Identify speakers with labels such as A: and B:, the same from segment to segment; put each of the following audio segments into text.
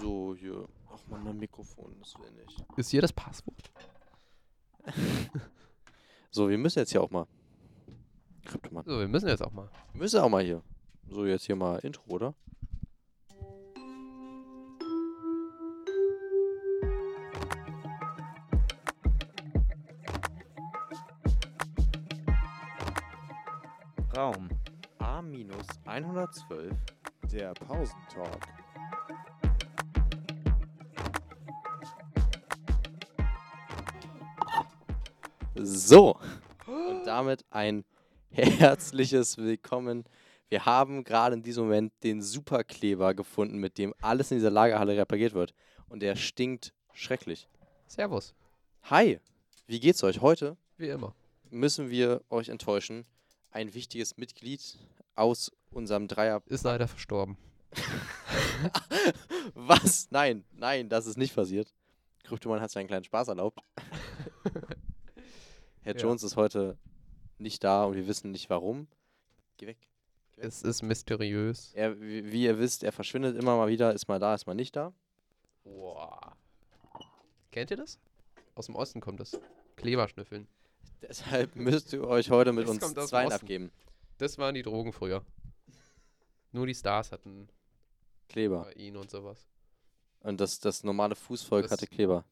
A: So, hier. Ach man, mein Mikrofon, das will nicht.
B: Ist hier das Passwort?
A: So, wir müssen jetzt hier auch mal. Kryptomann.
B: So, wir müssen jetzt auch mal.
A: Wir müssen auch mal hier. So, jetzt hier mal Intro, oder?
C: Raum,
A: A-112.
D: Der Pausentalk.
A: So. Und damit ein herzliches Willkommen. Wir haben gerade in diesem Moment den Superkleber gefunden, mit dem alles in dieser Lagerhalle repariert wird. Und er stinkt schrecklich.
B: Servus.
A: Hi, wie geht's euch? Heute
B: Wie immer.
A: müssen wir euch enttäuschen. Ein wichtiges Mitglied aus unserem Dreier.
B: Ist leider verstorben.
A: Was? Nein, nein, das ist nicht passiert. Kryptoman hat seinen kleinen Spaß erlaubt. Herr
B: Ja.
A: Jones ist heute nicht da und wir wissen nicht warum. Geh weg.
B: Es ist mysteriös.
A: Er, wie wie ihr wisst, er verschwindet immer mal wieder, ist mal da, ist mal nicht da.
B: Boah. Kennt ihr das? Aus dem Osten kommt das. Kleberschnüffeln.
A: Deshalb müsst ihr euch heute mit
B: Das
A: uns
B: kommt aus dem
A: zweien
B: Osten.
A: abgeben.
B: Das waren die Drogen früher. Nur die Stars hatten
A: Kleber.
B: Kokain und sowas.
A: Und das, das normale Fußvolk
B: Das-
A: hatte Kleber.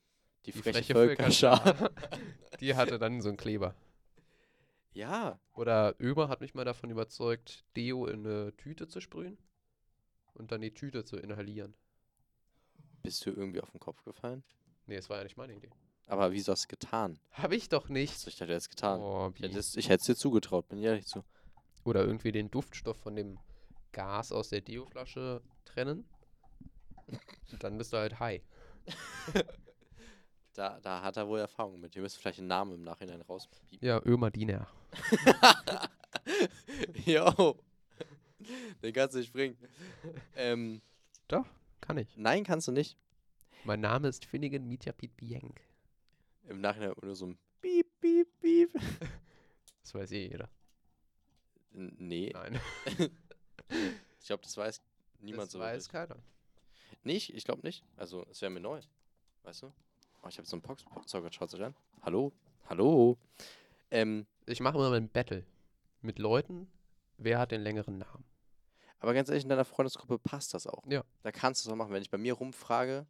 A: Die,
B: Die
A: freche,
B: freche
A: Völkerschar.
B: Die hatte dann so einen Kleber.
A: Ja,
B: Oder Ömer hat mich mal davon überzeugt, Deo in eine Tüte zu sprühen und dann die Tüte zu inhalieren.
A: bist du irgendwie auf den Kopf gefallen?
B: Nee, das war ja nicht meine Idee.
A: Aber wieso hast du es getan?
B: Hab ich doch nicht.
A: Achso, ich hätte es getan.
B: Oh,
A: Ich hätte
B: Bi.
A: es ich hätt's dir zugetraut, bin ich ehrlich zu.
B: Oder irgendwie den Duftstoff von dem Gas aus der Deo-Flasche trennen. Und dann bist du halt high.
A: Da, da hat er wohl Erfahrung mit. Wir müssen vielleicht einen Namen im Nachhinein rauspiepen.
B: Ja, Ömer Diener.
A: Jo. Den kannst du nicht bringen. Ähm,
B: Kann ich.
A: nein, kannst du nicht.
B: Mein Name ist Finnegan Mitjapit Bienk.
A: Im Nachhinein nur so ein Piep, Piep, Piep.
B: Das weiß eh jeder.
A: N- Nee,
B: Nein.
A: ich glaube, das weiß niemand
B: das
A: so
B: weiß
A: wirklich.
B: keiner.
A: Nee, ich, ich glaube nicht. Also, es wäre mir neu. Weißt du? Oh, ich habe so einen Pox. Pox- Oh Gott, schaut euch an. Hallo? Hallo? Ähm,
B: Ich mache immer ein Battle mit Leuten, wer hat den längeren Namen.
A: aber ganz ehrlich, in deiner Freundesgruppe passt das auch.
B: Ja.
A: Da kannst du es auch machen. Wenn ich bei mir rumfrage,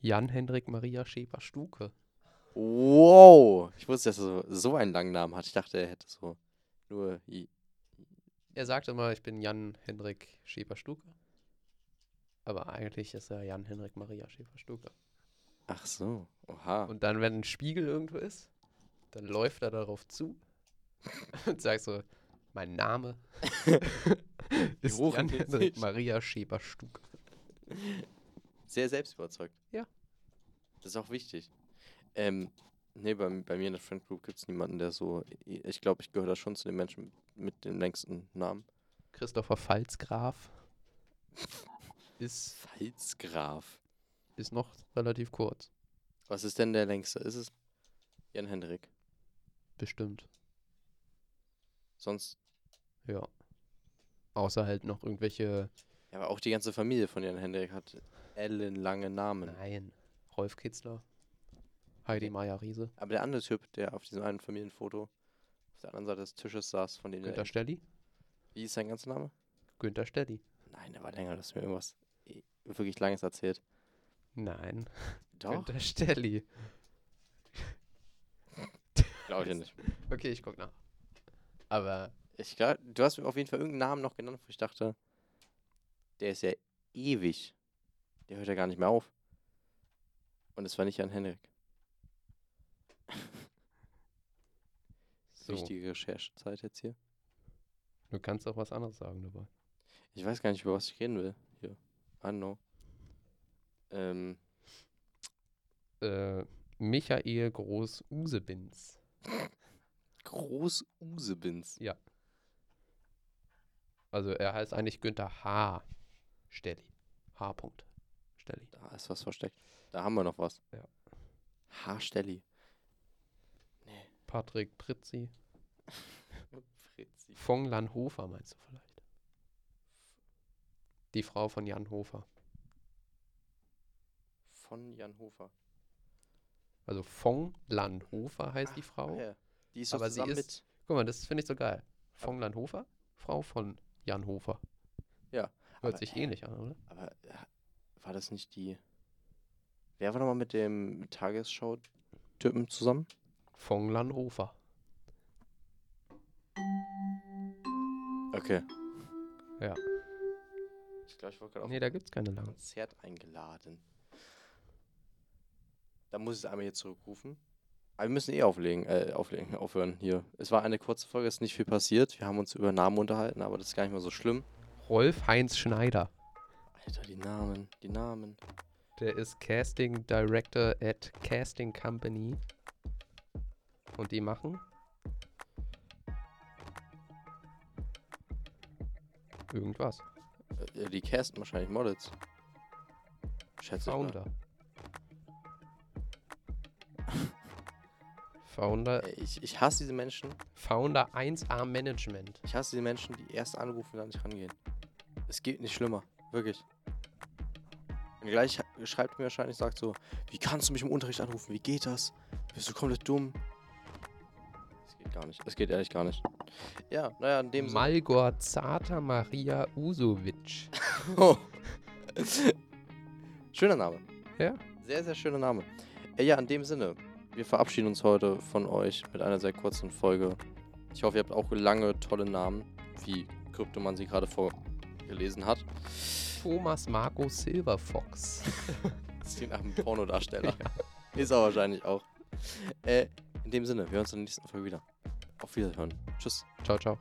B: Jan-Hendrik Maria Schäfer-Stuke.
A: Wow. Ich wusste, dass er so, so einen langen Namen hat. Ich dachte, er hätte so nur. I
B: Er sagt immer, ich bin Jan-Hendrik Schäfer-Stuke. Aber eigentlich ist er Jan-Hendrik Maria Schäfer-Stuke.
A: Ach so. Oha.
B: Und dann, wenn ein Spiegel irgendwo ist, dann läuft er darauf zu und sagt so, mein Name ist
A: hoch
B: Jan
A: geht's
B: Henrik
A: nicht?
B: Maria Schäber-Stuck.
A: Sehr selbst überzeugt.
B: Ja.
A: Das ist auch wichtig. Ähm, nee, bei, bei mir in der Friend Group gibt es niemanden, der so. i- Ich glaube, ich gehöre da schon zu den Menschen mit dem längsten Namen.
B: Christopher Pfalzgraf ist,
A: Pfalzgraf.
B: ist noch relativ kurz,
A: Was ist denn der längste? Ist es Jan Hendrik?
B: bestimmt.
A: Sonst.
B: Ja. Außer halt noch irgendwelche,
A: Ja, aber auch die ganze Familie von Jan Hendrik hat ellenlange Namen.
B: nein, Rolf Kitzler, Heidi Meier Riese,
A: Aber der andere Typ, der auf diesem einen Familienfoto auf der anderen Seite des Tisches saß, von dem der
B: Günter Stelli,
A: Wie ist sein ganzer Name?
B: Günter Stelli.
A: Nein, der war länger, dass mir irgendwas eh wirklich Langes erzählt.
B: Nein,
A: Doch,
B: Günter Stelli.
A: glaube ich nicht.
B: Okay, ich guck nach. Aber
A: Ich glaub, du hast mir auf jeden Fall irgendeinen Namen noch genannt, wo ich dachte, der ist ja ewig. Der hört ja gar nicht mehr auf. Und es war nicht Jan Henrik.
B: So.
A: Wichtige Recherchezeit jetzt hier.
B: Du kannst auch was anderes sagen dabei.
A: Ich weiß gar nicht, über was ich reden will. Hier. I don't know. Ähm,
B: Äh, Michael Groß-Usebins.
A: Groß-Usebins.
B: Also er heißt eigentlich Günther H. Stelli. H. -Punkt. Stelli.
A: Da ist was versteckt. Da haben wir noch was.
B: Ja.
A: Haarstelli.
B: Patrick Pritzi.
A: Fritzi.
B: Von Lanhofer meinst du vielleicht? Die Frau von Jan Hofer.
A: von Jan Hofer.
B: Also von Landhofer heißt die Frau.
A: Ah Ja. Die ist doch
B: Aber sie
A: zusammen
B: ist- Guck mal, das finde ich so geil. Von Landhofer, Frau von Jan Hofer.
A: Ja,
B: Hört
A: aber-
B: sich ähnlich an, oder?
A: mit. Aber äh, war das nicht die. Wer war nochmal mit dem Tagesschau-Typen zusammen?
B: Von Landhofer.
A: Okay.
B: Ja.
A: Ich glaube, ich war gerade auf
B: Nee, da gibt's keine
A: ein
B: lange.
A: Konzert eingeladen. Da muss ich es einmal hier zurückrufen. Aber wir müssen eh auflegen, äh, auflegen, aufhören hier. Es war eine kurze Folge, es ist nicht viel passiert. Wir haben uns über Namen unterhalten, aber das ist gar nicht mal so schlimm.
B: Rolf Heinz Schneider.
A: Alter, die Namen, die Namen.
B: Der ist Casting Director at Casting Company. Und die machen. Irgendwas.
A: Äh, die casten wahrscheinlich Models. Schätze ich mal.
B: Founder. Founder,
A: Ey, Äh, Ich, ich hasse diese Menschen.
B: Founder 1A Management.
A: Ich hasse diese Menschen, die erst anrufen und dann nicht rangehen. Es geht nicht schlimmer. Wirklich. Und gleich ha- schreibt mir wahrscheinlich, sagt so, wie kannst du mich im Unterricht anrufen? Wie geht das? Bist du komplett dumm? Es geht gar nicht. Es geht ehrlich gar nicht. Ja, naja, in dem Sinne.
B: Malgorzata Maria Usovic.
A: Oh. schöner Name.
B: Ja.
A: Sehr, sehr schöner Name. Äh, Ja, in dem Sinne. Wir verabschieden uns heute von euch mit einer sehr kurzen Folge. Ich hoffe, ihr habt auch lange tolle Namen, wie Kryptoman sie gerade vorgelesen hat.
B: Thomas Marco Silverfox.
A: Das klingt nach einem Pornodarsteller. Ist er wahrscheinlich auch. Äh, in dem Sinne, wir hören uns in der nächsten Folge wieder. Auf Wiederhören. Tschüss.
B: Ciao, ciao.